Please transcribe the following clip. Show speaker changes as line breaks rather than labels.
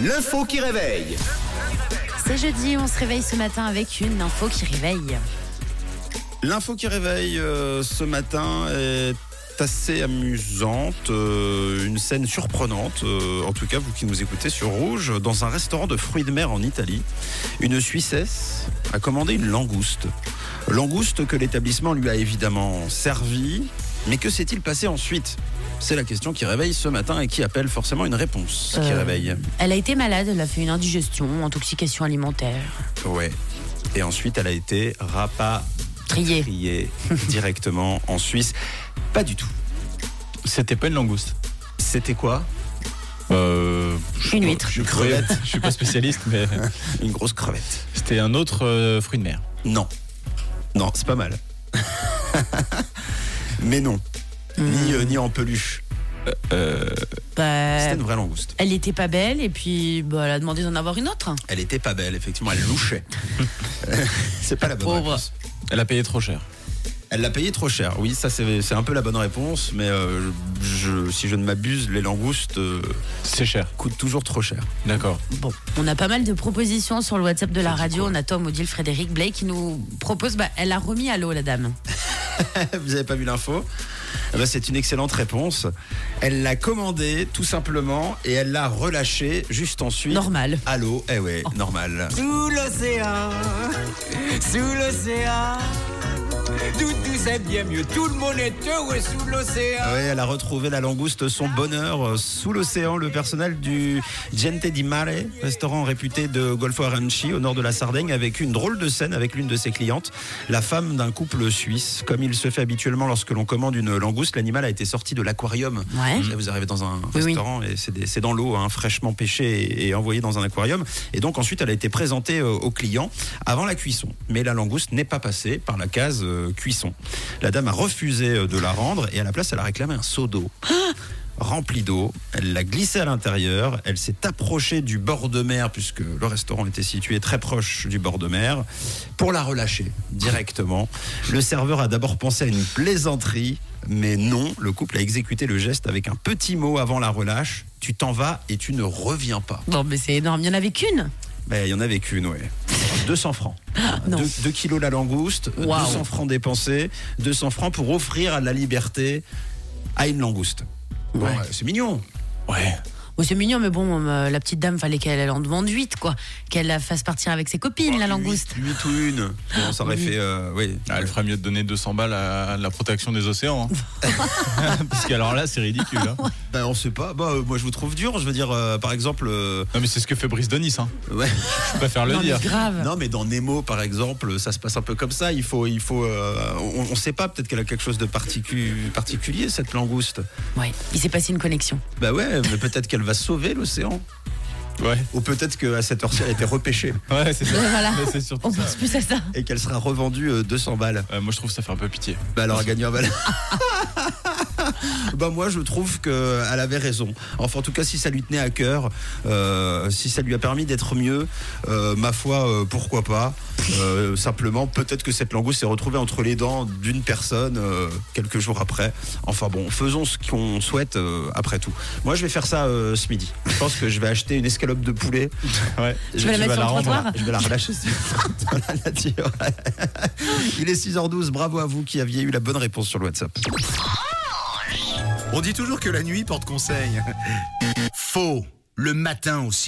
L'info qui réveille.
C'est jeudi, on se réveille ce matin avec une info qui réveille.
L'info qui réveille euh, ce matin est assez amusante, euh, une scène surprenante, euh, en tout cas vous qui nous écoutez sur Rouge, dans un restaurant de fruits de mer en Italie, une Suissesse a commandé une langouste. Langouste que l'établissement lui a évidemment servi, mais que s'est-il passé ensuite C'est la question qui réveille ce matin et qui appelle forcément une réponse qui
Euh.
réveille.
Elle a été malade, elle a fait une indigestion, intoxication alimentaire.
Ouais. Et ensuite elle a été rapatriée
Trier.
directement en Suisse. Pas du tout.
C'était pas une langouste.
C'était quoi
Euh,
Une huître.
Je,
Une
pourrais-
crevette.
je suis pas spécialiste, mais
Une grosse crevette.
c'était un autre euh, fruit de mer.
Non. Non, c'est pas mal. Mais non.
Hmm.
Ni, euh, ni en peluche.
Bah,
C'était une vraie langouste.
elle était pas belle et puis bah, elle a demandé d'en avoir une autre. hein,
Elle était pas belle, effectivement. Elle louchait. c'est pas la bonne
Pauvre.
réponse.
Elle a payé trop cher.
Elle l'a payé trop cher. Oui, ça, c'est c'est un peu la bonne réponse. Mais euh, je- si je ne m'abuse, les langoustes euh,
C'est cher.
coûtent toujours trop cher.
D'accord.
euh, Bon, on a pas mal de propositions sur le WhatsApp de la radio. On a Tom, Odile, Frédéric, Blake qui nous propose. Bah, elle a remis à l'eau la dame.
Vous avez pas vu l'info Eh ben, C'est une excellente réponse. Elle l'a commandée tout simplement et elle l'a relâchée juste ensuite.
Normal. Oh.
À l'eau, eh ouais, normal.
Sous l'océan, sous l'océan, tout, tout ça bien mieux, tout le monde est heureux sous l'océan.
Ah ouais, elle a retrouvé la langouste, son bonheur euh, sous l'océan. Le personnel du Gente di Mare, restaurant réputé de Golfo Aranci au nord de la Sardaigne, a vécu une drôle de scène avec l'une de ses clientes, la femme d'un couple suisse. Comme il se fait habituellement lorsque l'on commande une langouste, l'animal a été sorti de l'aquarium.
Ouais.
Là, vous arrivez dans un
Oui,
restaurant et c'est des- c'est dans l'eau, hein, fraîchement pêché et, et envoyé dans un aquarium. Et donc ensuite, elle a été présentée euh, aux clients avant la cuisson. Mais la langouste n'est pas passée par la case euh, cuisson. La dame a refusé euh, de la rendre et à la place, elle a réclamé un seau d'eau. Rempli d'eau, elle l'a glissé à l'intérieur, elle s'est approchée du bord de mer, puisque le restaurant était situé très proche du bord de mer, pour la relâcher directement. Le serveur a d'abord pensé à une plaisanterie, mais non, le couple a exécuté le geste avec un petit mot avant la relâche. Tu t'en vas et tu ne reviens pas.
Bon, mais c'est énorme. Il y en avait qu'une.
Ben, il y en avait qu'une, ouais. 200 francs.
non.
2 kilos la langouste,
Waouh.
200 francs dépensés, 200 francs pour offrir à la liberté à une langouste. Bon,
Ouais.
euh, c'est mignon.
Ouais.
Oh, c'est mignon, mais bon, euh, la petite dame, fallait qu'elle elle en demande 8, quoi. Qu'elle la fasse partir avec ses copines, la
Oh, Huit-
langouste.
Huit ou une. Bon, ça aurait
Oui.
fait. euh, oui.
Ah, elle ferait mieux de donner 200 balles à la protection des océans. hein. Parce qu'alors là, c'est ridicule. hein.
Ben, on sait pas. Bah, euh, moi, je vous trouve dur. Je veux dire, euh, par exemple. euh,
Non, mais c'est ce que fait Brice Denis. Hein.
ouais.
Je préfère le
Non, mais
dire.
grave.
Non, mais dans Nemo, par exemple, ça se passe un peu comme ça. Il faut, il faut. euh, on, on sait pas. Peut-être qu'elle a quelque chose de particu- particulier cette langouste.
Ouais, il s'est passé une connexion.
Bah ouais, mais peut-être qu'elle va sauver l'océan.
Ouais.
Ou peut-être qu'à cette heure-ci, elle a été repêchée
Ouais, c'est ça.
Ouais, voilà.
Mais c'est surtout
On
ça.
pense plus à ça.
et qu'elle sera revendue euh, 200 balles.
Euh, moi, je trouve ça fait un peu pitié.
Bah alors, elle a gagné un balles. Bah moi je trouve qu'elle avait raison. Enfin en tout cas si ça lui tenait à cœur, euh, si ça lui a permis d'être mieux, euh, ma foi euh, pourquoi pas. Euh, simplement peut-être que cette langouste s'est retrouvée entre les dents d'une personne euh, quelques jours après. Enfin bon faisons ce qu'on souhaite euh, après tout. Moi je vais faire ça euh, ce midi. Je pense que je vais acheter une escalope de poulet.
Ouais.
Tu vas la mettre sur le
rendre.
trottoir
Je vais la relâcher sur dans la nature. Il est 6h12, bravo à vous qui aviez eu la bonne réponse sur le WhatsApp.
On dit toujours que la nuit porte conseil. Faux. Le matin aussi.